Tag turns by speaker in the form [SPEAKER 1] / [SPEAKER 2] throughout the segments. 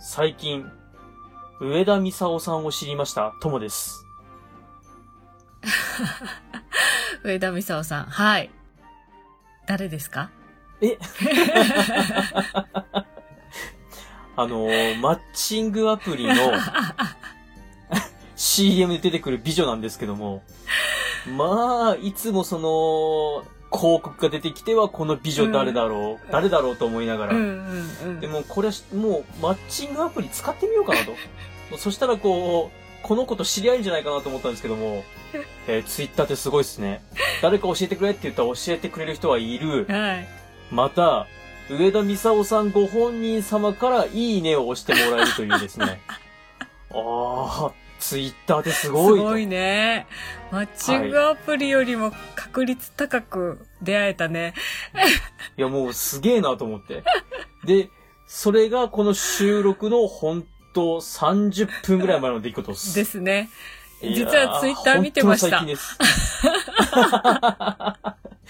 [SPEAKER 1] 最近、上田美沙さんを知りました、ともです。
[SPEAKER 2] 上田美沙さん。はい。誰ですか
[SPEAKER 1] えあ のー、マッチングアプリの CM で出てくる美女なんですけども、まあ、いつもその、広告が出てきてはこの美女誰だろう、
[SPEAKER 2] うん
[SPEAKER 1] 誰だろうと思いなが
[SPEAKER 2] う
[SPEAKER 1] ら。
[SPEAKER 2] んうんうん。
[SPEAKER 1] でもこれはしもうマッチングアプリ使ってみようかなと。もうそしたらこう、この子と知り合いんじゃないかなと思ったんですけど も、えー、ツイッターってすごいですね。誰か教えてくれって言ったら教えてくれる人はいる。
[SPEAKER 2] はい。
[SPEAKER 1] また、上田美沙夫さんご本人様からいいねを押してもらえるというです ね。ああ、ツイッターってす
[SPEAKER 2] す
[SPEAKER 1] ごいと。
[SPEAKER 2] ごいね。マッチングアプリよりも確率高く出会えたね。
[SPEAKER 1] いや、もうすげえなと思って。で、それがこの収録の本当30分ぐらい前の出来事です。
[SPEAKER 2] ですね。
[SPEAKER 1] いやー
[SPEAKER 2] 実はツイッター見てました
[SPEAKER 1] 本当に最近です。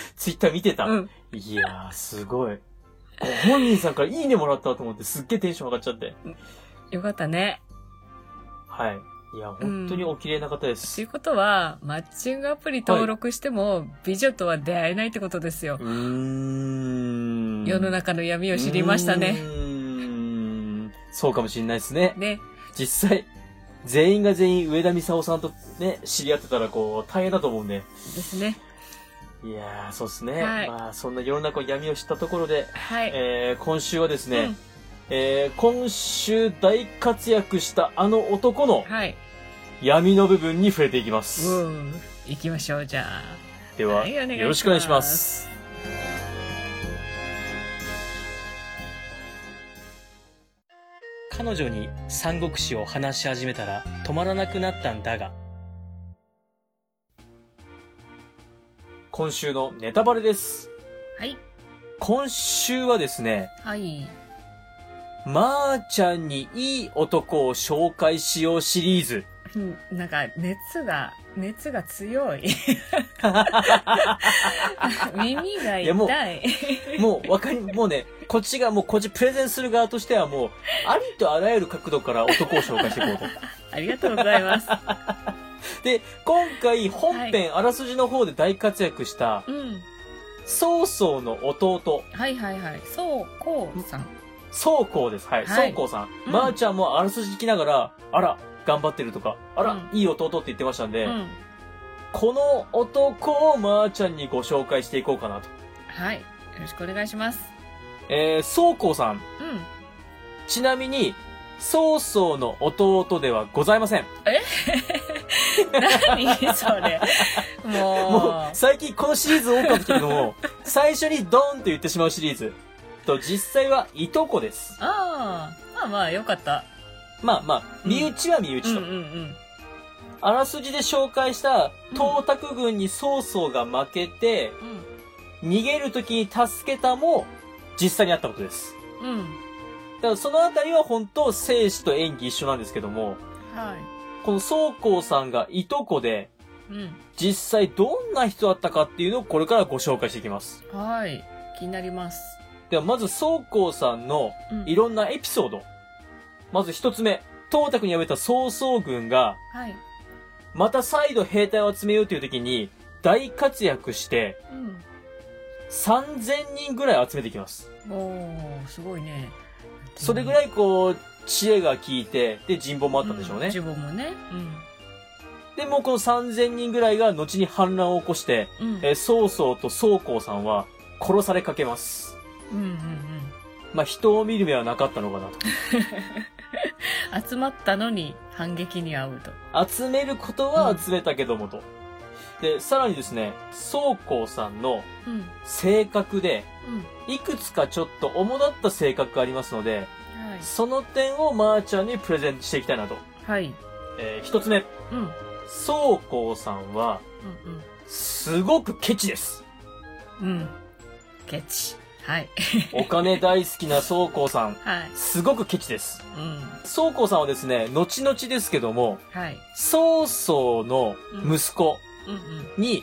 [SPEAKER 1] ツイッター見てた。
[SPEAKER 2] うん。
[SPEAKER 1] いやー、すごい。ご本人さんからいいねもらったと思って、すっげーテンション上がっちゃって。
[SPEAKER 2] よかったね。
[SPEAKER 1] はい。いや、本当にお綺麗な方です。
[SPEAKER 2] ということは、マッチングアプリ登録しても、美女とは出会えないってことですよ
[SPEAKER 1] う。ーん。
[SPEAKER 2] 世の中の闇を知りましたね。
[SPEAKER 1] うーん。そうかもしれないですね。
[SPEAKER 2] ね。
[SPEAKER 1] 実際、全員が全員上田美沙夫さんとね、知り合ってたらこう、大変だと思うんで。
[SPEAKER 2] ですね。
[SPEAKER 1] いやー、そうですね。
[SPEAKER 2] はい
[SPEAKER 1] まあ、そんな世の中の闇を知ったところで、
[SPEAKER 2] はい。
[SPEAKER 1] えー今週はですね、
[SPEAKER 2] うん
[SPEAKER 1] えー今週大活躍したあの男の
[SPEAKER 2] はい。
[SPEAKER 1] 闇の部分に触れていきま
[SPEAKER 2] う
[SPEAKER 1] す。
[SPEAKER 2] ん。行きましょう、じゃあ。
[SPEAKER 1] では、
[SPEAKER 2] はいお願いします
[SPEAKER 1] よろしくお願いします。彼女に三国志を話し始めたら止まらなくなったんだが。今週のネタバレです。
[SPEAKER 2] はい。
[SPEAKER 1] 今週はですね、
[SPEAKER 2] はい。
[SPEAKER 1] まーちゃんにいい男を紹介しようシリーズ。
[SPEAKER 2] うんなんか熱が熱が強 い耳が
[SPEAKER 1] いやもう
[SPEAKER 2] 痛い
[SPEAKER 1] もうわかり、 もうね、こっちがもうこっちプレゼンする側としてはもう、ありとあらゆる角度から男を紹介していこうと。
[SPEAKER 2] ありがとうございます
[SPEAKER 1] で、今回本編あらすじの方で大活躍した、
[SPEAKER 2] うん
[SPEAKER 1] 曹操の弟、
[SPEAKER 2] はいはいはいそうこうさん
[SPEAKER 1] 曹公です。はい。
[SPEAKER 2] は
[SPEAKER 1] 曹
[SPEAKER 2] い
[SPEAKER 1] 公さん。
[SPEAKER 2] うん
[SPEAKER 1] まーちゃんもあらすじ聞きながら、あら、頑張ってるとか、あら、いい弟って言ってましたんで、
[SPEAKER 2] うん
[SPEAKER 1] この男をまーちゃんにご紹介していこうかなと。
[SPEAKER 2] はいよろしくお願いします
[SPEAKER 1] えー、曹公さん。
[SPEAKER 2] うん
[SPEAKER 1] ちなみに、曹操の弟ではございません。
[SPEAKER 2] 何それ
[SPEAKER 1] も
[SPEAKER 2] も
[SPEAKER 1] う、最近このシリーズ多かったけれど も、最初にドーンと言ってしまうシリーズ。と、実際はいとこです。
[SPEAKER 2] うああまあまあよかった
[SPEAKER 1] まあまあ、
[SPEAKER 2] うん
[SPEAKER 1] 身内は身
[SPEAKER 2] うん
[SPEAKER 1] 内
[SPEAKER 2] う
[SPEAKER 1] と。
[SPEAKER 2] んうん
[SPEAKER 1] あらすじで紹介した、東卓軍に曹操が負けて、逃げる時に助けたも、実際にあったことです。
[SPEAKER 2] うんうん
[SPEAKER 1] だからそのあたりは本当、生死と演技一緒なんですけども、
[SPEAKER 2] はい
[SPEAKER 1] この曹公さんがいとこで、
[SPEAKER 2] うん
[SPEAKER 1] 実際どんな人だったかっていうのをこれからご紹介していきます。
[SPEAKER 2] はい気になります
[SPEAKER 1] ではまず曹公さんの
[SPEAKER 2] うん
[SPEAKER 1] いろんなエピソード。まず一つ目。東卓に敗れた曹操軍が、
[SPEAKER 2] はい
[SPEAKER 1] また再度兵隊を集めようという時に、大活躍して、
[SPEAKER 2] うん
[SPEAKER 1] 3000人ぐらい集めてきます。
[SPEAKER 2] おーすごいね
[SPEAKER 1] それぐ
[SPEAKER 2] い
[SPEAKER 1] らいこう、知恵が効いて、で、人望もあったんでしょうね。
[SPEAKER 2] 自分もね
[SPEAKER 1] で、もうこの3000人ぐらいが後に反乱を起こして、
[SPEAKER 2] うんうん
[SPEAKER 1] えー曹操と曹公さんは殺されかけます。
[SPEAKER 2] うんうんうん
[SPEAKER 1] まあ、人を見る目はなかったのかなと。
[SPEAKER 2] 集まったのに反撃に遭うと
[SPEAKER 1] 集めることは集めたけどもと。で、さらにですね、曹公さんの
[SPEAKER 2] うんうん
[SPEAKER 1] 性格で、いくつかちょっと主だった性格がありますので、
[SPEAKER 2] はい
[SPEAKER 1] その点をまーちゃんにプレゼントしていきたいなと。
[SPEAKER 2] はい
[SPEAKER 1] えー一つ目、
[SPEAKER 2] うんうん
[SPEAKER 1] 曹公さんは、すごくケチです。
[SPEAKER 2] うんうんケチはい
[SPEAKER 1] お金大好きな曹公さん、
[SPEAKER 2] はい
[SPEAKER 1] すごくケチです。
[SPEAKER 2] うん
[SPEAKER 1] 曹公さんはですね、後々ですけども、
[SPEAKER 2] はい
[SPEAKER 1] 曹操の息子
[SPEAKER 2] うんうん
[SPEAKER 1] に、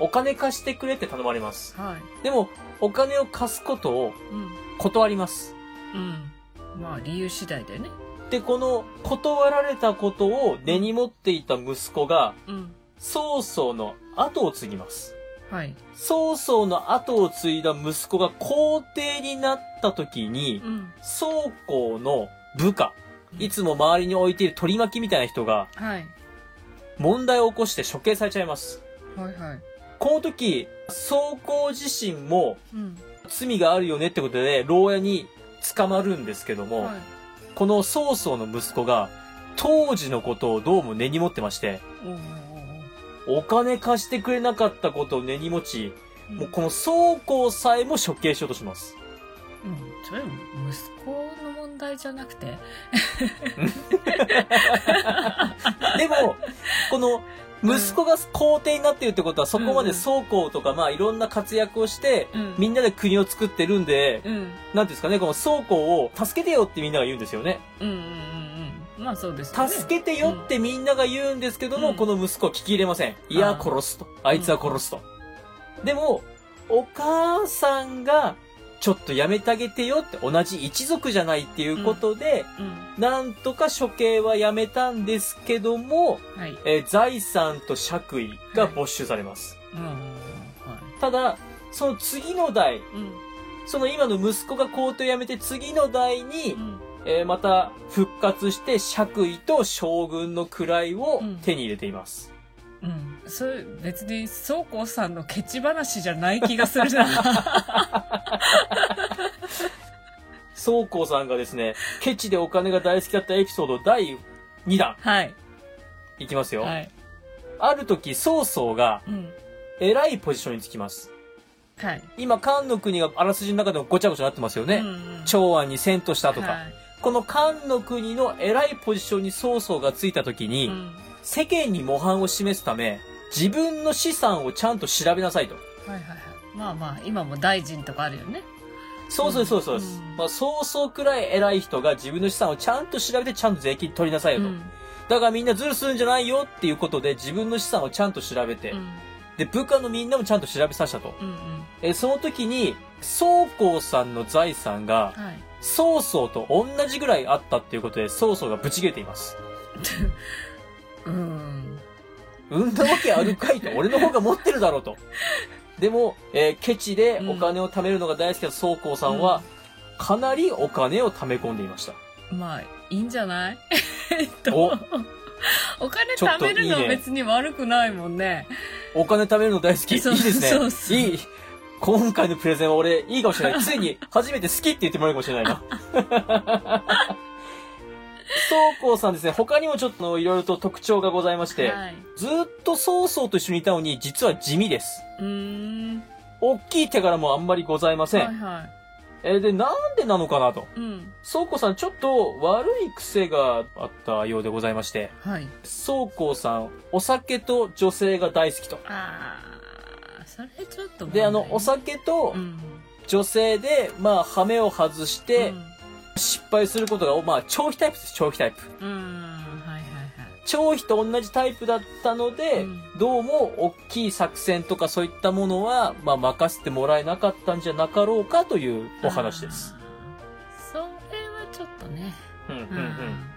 [SPEAKER 1] お金貸してくれって頼まれます。
[SPEAKER 2] はい
[SPEAKER 1] でも、お金を貸すことを
[SPEAKER 2] うん
[SPEAKER 1] 断ります。
[SPEAKER 2] うんまあ理由次第だよね。
[SPEAKER 1] で、この断られたことを根に持っていた息子が、
[SPEAKER 2] うん。
[SPEAKER 1] 曹操の後を継ぎます。
[SPEAKER 2] はい。
[SPEAKER 1] 曹操の後を継いだ息子が皇帝になった時に、
[SPEAKER 2] うん。
[SPEAKER 1] 曹公の部下、いつも周りに置いている取り巻きみたいな人が
[SPEAKER 2] はい。
[SPEAKER 1] 問題を起こして処刑されちゃいます。
[SPEAKER 2] はいはい。
[SPEAKER 1] この時、曹公自身も
[SPEAKER 2] うん。
[SPEAKER 1] 罪があるよねってことで、牢屋に捕まるんですけども、
[SPEAKER 2] はい。
[SPEAKER 1] この曹操の息子が、当時のことをどうも根に持ってまして、
[SPEAKER 2] おうおう
[SPEAKER 1] お金貸してくれなかったことを根に持ち、
[SPEAKER 2] おう
[SPEAKER 1] もうこの曹公さえも処刑しようとします。
[SPEAKER 2] うん、それは息子の問題じゃなくて。
[SPEAKER 1] でも、この、息子が皇帝になってるってことは、そこまで曹公とか、まあ、いろんな活躍をして、
[SPEAKER 2] うん
[SPEAKER 1] みんなで国を作ってるんで、
[SPEAKER 2] うん。
[SPEAKER 1] なんていうんですかね、この曹公を助けてよってみんなが言うんですよね。
[SPEAKER 2] うんうんうんうん。まあそうですよね。
[SPEAKER 1] 助けてよってみんなが言うんですけども、
[SPEAKER 2] うん
[SPEAKER 1] この息子は聞き入れません。いや、
[SPEAKER 2] あー
[SPEAKER 1] 殺すと。あいつは殺すと。でも、お母さんが、ちょっとやめてあげてよって、同じ一族じゃないっていうことで、
[SPEAKER 2] うん。
[SPEAKER 1] なんとか処刑はやめたんですけども、
[SPEAKER 2] はい。うん
[SPEAKER 1] えー財産と借位が没収されます。
[SPEAKER 2] うんうん。は
[SPEAKER 1] ただ、その次の代、
[SPEAKER 2] い。うん。
[SPEAKER 1] その今の息子が皇帝を辞めて次の代に、
[SPEAKER 2] うん。
[SPEAKER 1] えーまた復活して爵位と将軍の位を手に入れています。
[SPEAKER 2] うん。それ、別に、宗公さんのケチ話じゃない気がする な。
[SPEAKER 1] 宗公さんがですね、ケチでお金が大好きだったエピソード第2弾、
[SPEAKER 2] はい。
[SPEAKER 1] いきますよ。
[SPEAKER 2] はい。
[SPEAKER 1] ある時、曹操が
[SPEAKER 2] うん。
[SPEAKER 1] 偉いポジションにつきます。
[SPEAKER 2] はい。
[SPEAKER 1] 今、漢の国があらすじの中でもごちゃごちゃなってますよね。
[SPEAKER 2] うんうん、
[SPEAKER 1] 長安に遷都したとか。
[SPEAKER 2] はい
[SPEAKER 1] この漢の国の偉いポジションに曹操がついた時に、
[SPEAKER 2] うん。
[SPEAKER 1] 世間に模範を示すため、自分の資産をちゃんと調べなさいと。
[SPEAKER 2] はいはいはい。まあまあ、今も大臣とかあるよね。
[SPEAKER 1] そうそうそうそうです
[SPEAKER 2] うん。
[SPEAKER 1] まあ、そうそうくらい偉い人が自分の資産をちゃんと調べて、ちゃんと税金取りなさいよと。
[SPEAKER 2] うん
[SPEAKER 1] だからみんなズルするんじゃないよっていうことで、自分の資産をちゃんと調べて、
[SPEAKER 2] うん。
[SPEAKER 1] で、部下のみんなもちゃんと調べさせたと。
[SPEAKER 2] うんうん。
[SPEAKER 1] え、その時に、曹公さんの財産が、
[SPEAKER 2] はい。
[SPEAKER 1] 曹操と同じぐらいあったっていうことで、曹操がブチ切れています。
[SPEAKER 2] うん。
[SPEAKER 1] 産んだわけあるかいと、俺の方が持ってるだ ろうと。でも、えーケチでお金を貯めるのが大好きな宗公さんは、かなりお金を貯め込んでいました。
[SPEAKER 2] まあ、いいんじゃない えっ
[SPEAKER 1] お
[SPEAKER 2] と。お金
[SPEAKER 1] ちょっ
[SPEAKER 2] 貯
[SPEAKER 1] とい
[SPEAKER 2] め
[SPEAKER 1] いね
[SPEAKER 2] るのは別に悪くないもんね。
[SPEAKER 1] お金貯めるの大好き。いい
[SPEAKER 2] そう
[SPEAKER 1] ですね。
[SPEAKER 2] そうそう
[SPEAKER 1] いい。今回のプレゼンは俺、いいかもしれない。ついに、初めて好きって言ってもらえるかもしれないな。 宗公さんですね、他にもちょっといろいろと特徴がございまして、
[SPEAKER 2] はい。
[SPEAKER 1] ずーっと曹操と一緒にいたのに、実は地味です。
[SPEAKER 2] うーん。
[SPEAKER 1] 大きい手柄もあんまりございません。
[SPEAKER 2] はいは
[SPEAKER 1] えーで、なんでなのかなと。
[SPEAKER 2] い。うん。
[SPEAKER 1] 宗公さん、ちょっと悪い癖があったようでございまして、
[SPEAKER 2] はい。
[SPEAKER 1] 宗公さん、お酒と女性が大好きと。
[SPEAKER 2] あー、それちょっと問題ね。
[SPEAKER 1] で、あの、お酒と
[SPEAKER 2] うん。
[SPEAKER 1] 女性で、まあ、ハメを外して
[SPEAKER 2] う、ん
[SPEAKER 1] 失敗することが、まあ、長飛タイプです、長飛タイプ。
[SPEAKER 2] うーん、はいはいはい。
[SPEAKER 1] 長飛と同じタイプだったので、
[SPEAKER 2] うん
[SPEAKER 1] どうも、大きい作戦とかそういったものは、まあ、任せてもらえなかったんじゃなかろうかというお話です。
[SPEAKER 2] あー。それはちょっとね。
[SPEAKER 1] うん、うん、う。
[SPEAKER 2] うんん。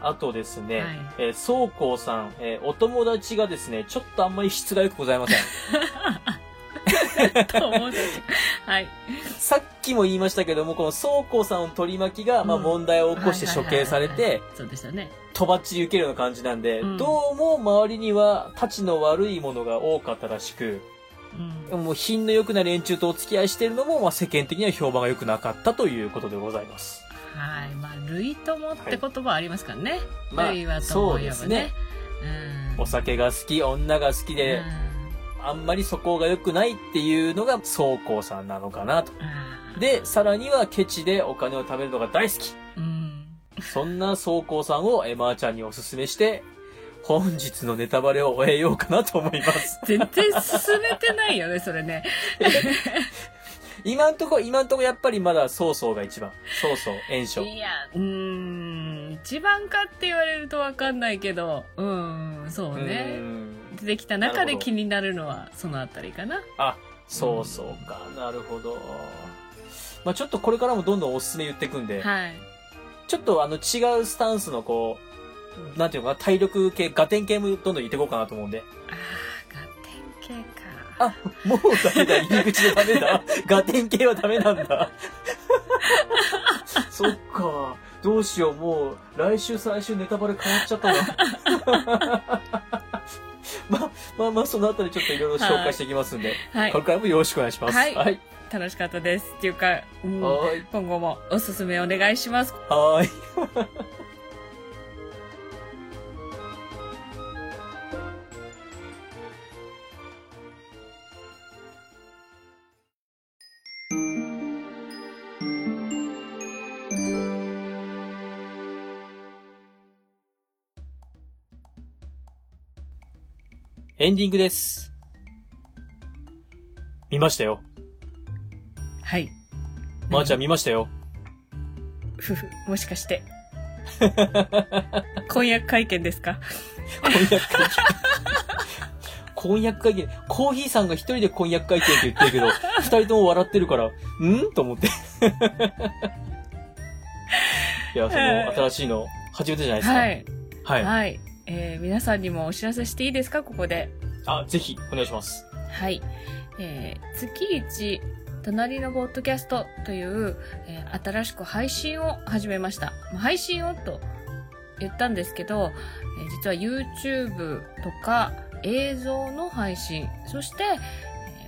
[SPEAKER 1] あとですね、
[SPEAKER 2] はい
[SPEAKER 1] えー、宗公さん、えーお友達がですね、ちょっとあんまり質が良くござい ません。
[SPEAKER 2] と思うはい。
[SPEAKER 1] さっきも言いましたけども、この宗公さんの取り巻きが、まあ
[SPEAKER 2] うん
[SPEAKER 1] 問題を起こして
[SPEAKER 2] はいは
[SPEAKER 1] 処
[SPEAKER 2] いはいはい
[SPEAKER 1] 刑されて、。
[SPEAKER 2] そうでしたね。
[SPEAKER 1] とばっちり受けるような感じなんで、
[SPEAKER 2] うん
[SPEAKER 1] どうも周りには、たちの悪いものが多かったらしく、
[SPEAKER 2] うん。
[SPEAKER 1] もう品の良くない連中とお付き合いしてるのも、まあ世間的には評判が良くなかったということでございます。
[SPEAKER 2] はい。まあ、類友って言葉ありますからね。
[SPEAKER 1] まあ
[SPEAKER 2] 類は、友
[SPEAKER 1] そ
[SPEAKER 2] を
[SPEAKER 1] う
[SPEAKER 2] 呼
[SPEAKER 1] です
[SPEAKER 2] ぶ
[SPEAKER 1] ね
[SPEAKER 2] ね。。うん。
[SPEAKER 1] お酒が好き、女が好きで、
[SPEAKER 2] うん
[SPEAKER 1] あんまり素行が良くないっていうのが宗公さんなのかなと。
[SPEAKER 2] あー
[SPEAKER 1] で、さらにはケチでお金を貯めるのが大好き。
[SPEAKER 2] うん。
[SPEAKER 1] そんな宗公さんをエマーちゃんにおすすめして、本日のネタバレを終えようかなと思い ます。
[SPEAKER 2] 全然進めてないよね、それね。
[SPEAKER 1] 今んとこ、今んとこやっぱりまだ曹操が一番。曹操、炎症。
[SPEAKER 2] いや、うーん、一番かって言われるとわかんないけど、うーん、そう
[SPEAKER 1] うー
[SPEAKER 2] ね。
[SPEAKER 1] ん
[SPEAKER 2] 出てきた
[SPEAKER 1] な
[SPEAKER 2] 中
[SPEAKER 1] る
[SPEAKER 2] で
[SPEAKER 1] ほど
[SPEAKER 2] 気になるのは、そのあたりかな。
[SPEAKER 1] あ、曹操か。なるほど。まあちょっとこれからもどんどんおすすめ言っていくんで、
[SPEAKER 2] はい。
[SPEAKER 1] ちょっとあの違うスタンスのこう、なんていうのかな、体力系、ガテン系もどんどん言っていこうかなと思うんで。
[SPEAKER 2] あー、ガテン系か。
[SPEAKER 1] あ、もうダメだ、入り口でダメだ。ガテン系はダメなん だ。そっか。どうしよう、もう、来週最終ネタバレ変わっちゃったな。 まあ、まあまあ、そのあたりちょっといろいろ紹介していきますんで、
[SPEAKER 2] はい
[SPEAKER 1] 今。回もよろしくお願いします。
[SPEAKER 2] はい
[SPEAKER 1] はい。
[SPEAKER 2] 楽しかったです。っていうか、うん
[SPEAKER 1] はーい。
[SPEAKER 2] 今後もおすすめお願いします。
[SPEAKER 1] はーい。エンディングです。見ましたよ。
[SPEAKER 2] はい。
[SPEAKER 1] まー、ちゃん見ましたよ。
[SPEAKER 2] ふふ、もし かして。婚約会見ですか
[SPEAKER 1] 婚約会見。婚約会見。コーヒーさんが一人で婚約会見って言ってるけど、 二人とも笑ってるから、んと思って。いや、その、新しいの、初めてじゃないですか。
[SPEAKER 2] は
[SPEAKER 1] はい。
[SPEAKER 2] い。はい。えー皆さんにもお知らせしていいですかここで。
[SPEAKER 1] あ、ぜひ、お願いします。
[SPEAKER 2] はい。えー月一、隣のポッドキャストという、えー新しく配信を始めました。まあ配信をと言ったんですけど、えー実は YouTube とか映像の配信、そして、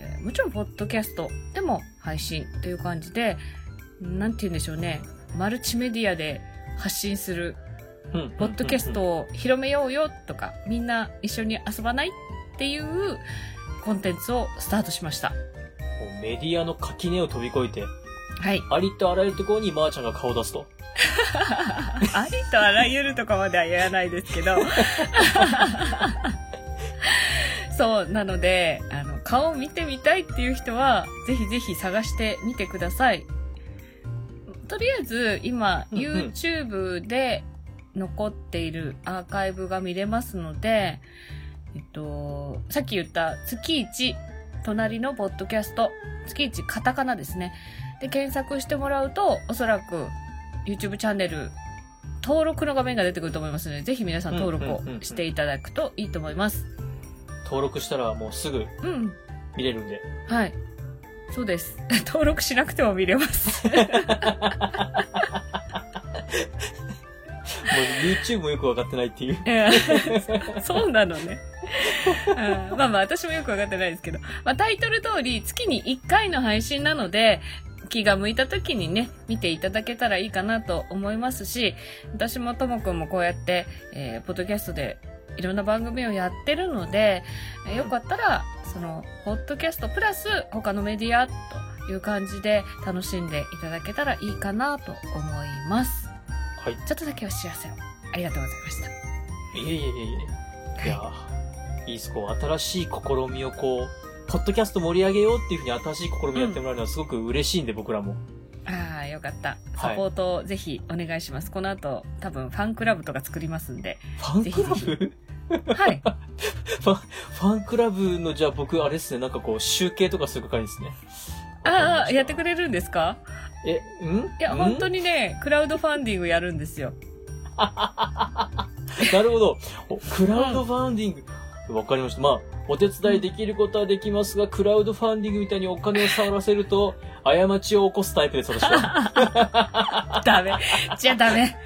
[SPEAKER 2] えーもちろんポッドキャストでも配信という感じで、なんて言うんでしょうね。マルチメディアで発信する
[SPEAKER 1] うん
[SPEAKER 2] ポッドキャスト。を広めようよとか、みんな一緒に遊ばないっていうコンテンツをスタートしました。
[SPEAKER 1] うんうんもうメディアの垣根を飛び越えて、
[SPEAKER 2] はい。
[SPEAKER 1] ありとあらゆるところにまーちゃんが顔を出すと。
[SPEAKER 2] ありとあらゆるとこまでは言わないですけど。 そう、なので、あの、顔を見てみたいっていう人は、ぜひぜひ探してみてください。とりあえず、今、
[SPEAKER 1] うんうん
[SPEAKER 2] YouTube で残っているアーカイブが見れますので、えっと、さっき言った月一隣のポッドキャスト、月一カタカナですね。で、検索してもらうと、おそらく YouTube チャンネル登録の画面が出てくると思いますので、ぜひ皆さん登録
[SPEAKER 1] うんうんうんう
[SPEAKER 2] を
[SPEAKER 1] ん
[SPEAKER 2] していただくといいと思います。
[SPEAKER 1] 登録したらもうすぐ
[SPEAKER 2] うん。
[SPEAKER 1] 見れるんで。
[SPEAKER 2] はい。そうです。 登録しなくても見れ ます。
[SPEAKER 1] もう YouTube もよくわかってない っていう。
[SPEAKER 2] ええ そうなのね。うんまあまあ私もよくわかってないですけど、まあ、タイトル通り月に1回の配信なので気が向いた時にね見ていただけたらいいかなと思いますし私もともくんもこうやって、えーポッドキャストでいろんな番組をやってるのでえーよかったらそのポッドキャストプラス他のメディアという感じで楽しんでいただけたらいいかなと思います
[SPEAKER 1] はい。
[SPEAKER 2] ちょっとだけお知らせをありがとうございました
[SPEAKER 1] いえいえいえいえ。いやーいいです。こう、新しい試みをこう、ポッドキャスト盛り上げようっていうふうに新しい試みやってもらえるのはすごく嬉しいんで、僕らも。
[SPEAKER 2] ああ、よかった。
[SPEAKER 1] は
[SPEAKER 2] サ
[SPEAKER 1] い
[SPEAKER 2] ポートをぜひお願いします。この後、多分ファンクラブとか作ります んで。
[SPEAKER 1] ファンクラブ
[SPEAKER 2] ぜ
[SPEAKER 1] フ
[SPEAKER 2] はい。
[SPEAKER 1] ァンクラブの、じゃあ僕、あれですね、なんかこう、集計とかする係ですね。
[SPEAKER 2] ああ、やってくれるんですか
[SPEAKER 1] え、ん
[SPEAKER 2] いや、本当
[SPEAKER 1] に。
[SPEAKER 2] にね、クラウドファンディングやるんで すよ。
[SPEAKER 1] なるほど。おクラウドファンディング。わかりました。まあ、お手伝いできることはできますが、クラウドファンディングみたいにお金を触らせると、過ちを起こすタイプです、 私は。
[SPEAKER 2] ダメ。じゃあダメ。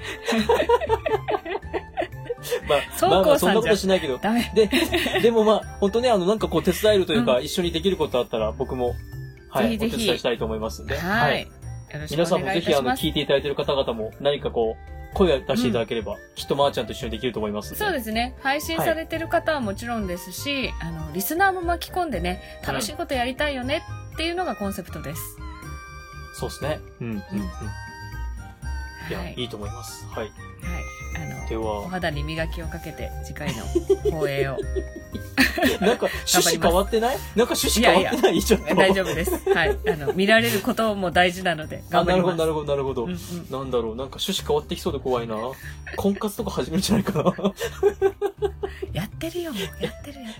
[SPEAKER 1] まあ、
[SPEAKER 2] そう
[SPEAKER 1] まあま
[SPEAKER 2] こ
[SPEAKER 1] あ、
[SPEAKER 2] う
[SPEAKER 1] そん
[SPEAKER 2] さ
[SPEAKER 1] なこ
[SPEAKER 2] んじゃ
[SPEAKER 1] とはしないけど、
[SPEAKER 2] ダメ。
[SPEAKER 1] で、 でもまあ、本当ね、あの、なんかこう手伝えるというか、一緒にできることあったら、僕も、はい、
[SPEAKER 2] ぜひぜひ
[SPEAKER 1] お手伝いしたいと思いますんで。
[SPEAKER 2] はい。。よろし
[SPEAKER 1] 皆
[SPEAKER 2] く
[SPEAKER 1] さ
[SPEAKER 2] お
[SPEAKER 1] んも
[SPEAKER 2] 願い
[SPEAKER 1] ぜひ、
[SPEAKER 2] いた
[SPEAKER 1] あ
[SPEAKER 2] し
[SPEAKER 1] の、
[SPEAKER 2] ます。
[SPEAKER 1] 聞いていただいている方々も、何かこう、声を出していただければ、きっとまーちゃんと一緒にできると思いますんで。
[SPEAKER 2] そうですね。配信されてる方はもちろんですし、あの、リスナーも巻き込んでね、楽しいことやりたいよねっていうのがコンセプトです。
[SPEAKER 1] そうですね。うん、うん、うん。いや、
[SPEAKER 2] はいい、
[SPEAKER 1] いと思います。はい。
[SPEAKER 2] はい。あ
[SPEAKER 1] で
[SPEAKER 2] の、お
[SPEAKER 1] は、
[SPEAKER 2] 肌に磨きをかけて、次回の放映を。
[SPEAKER 1] なんか、趣旨変わってないなんか趣旨変わってないちょっと。
[SPEAKER 2] 大丈夫です。 はい。あの、見られることも大事なので、
[SPEAKER 1] あ、
[SPEAKER 2] 頑張
[SPEAKER 1] な
[SPEAKER 2] り
[SPEAKER 1] る
[SPEAKER 2] ま
[SPEAKER 1] ほ
[SPEAKER 2] す。
[SPEAKER 1] ど、なるほど、なるほど。
[SPEAKER 2] うんうん
[SPEAKER 1] なんだろう、なんか趣旨変わってきそうで怖いな。婚活とか始めるんじゃないかな。
[SPEAKER 2] やってるよ、もう。やってる、やっ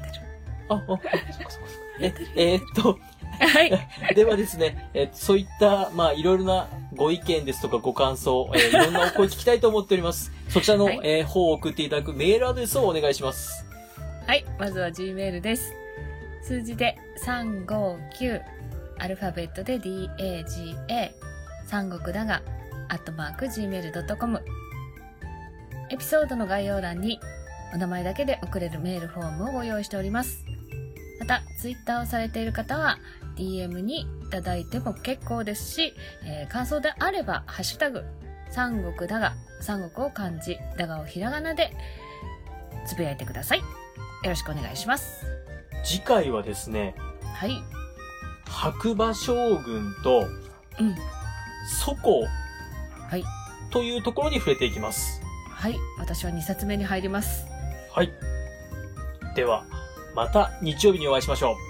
[SPEAKER 1] あ、あ、そっかそっかそっか。え、えーっと、
[SPEAKER 2] てる。はい。
[SPEAKER 1] ではですね、えーそういった、まあ、いろいろなご意見ですとかご感想、えーいろんなお声聞きたいと思っており ます。そちらの、
[SPEAKER 2] はい
[SPEAKER 1] えー方を送っていただくメールアドレスをお願いします。
[SPEAKER 2] はい、まずは Gmail です。数字で359、アルファベットで DAGA、三国だが、アットマーク Gmail.com。エピソードの概要欄に、お名前だけで送れるメールフォームをご用意しております。また、Twitter をされている方は、DM にいただいても結構ですし、えー感想であれば、ハッシュタグ、三国だが、三国を漢字、だがをひらがなで、つぶやいてください。よろしくお願いします。
[SPEAKER 1] 次回はですね、
[SPEAKER 2] はい。
[SPEAKER 1] 白馬将軍と
[SPEAKER 2] うん。
[SPEAKER 1] 祖庫
[SPEAKER 2] はい。
[SPEAKER 1] というところに触れていきます。
[SPEAKER 2] はい。私は2冊目に入ります。
[SPEAKER 1] はい。では、また日曜日にお会いしましょう。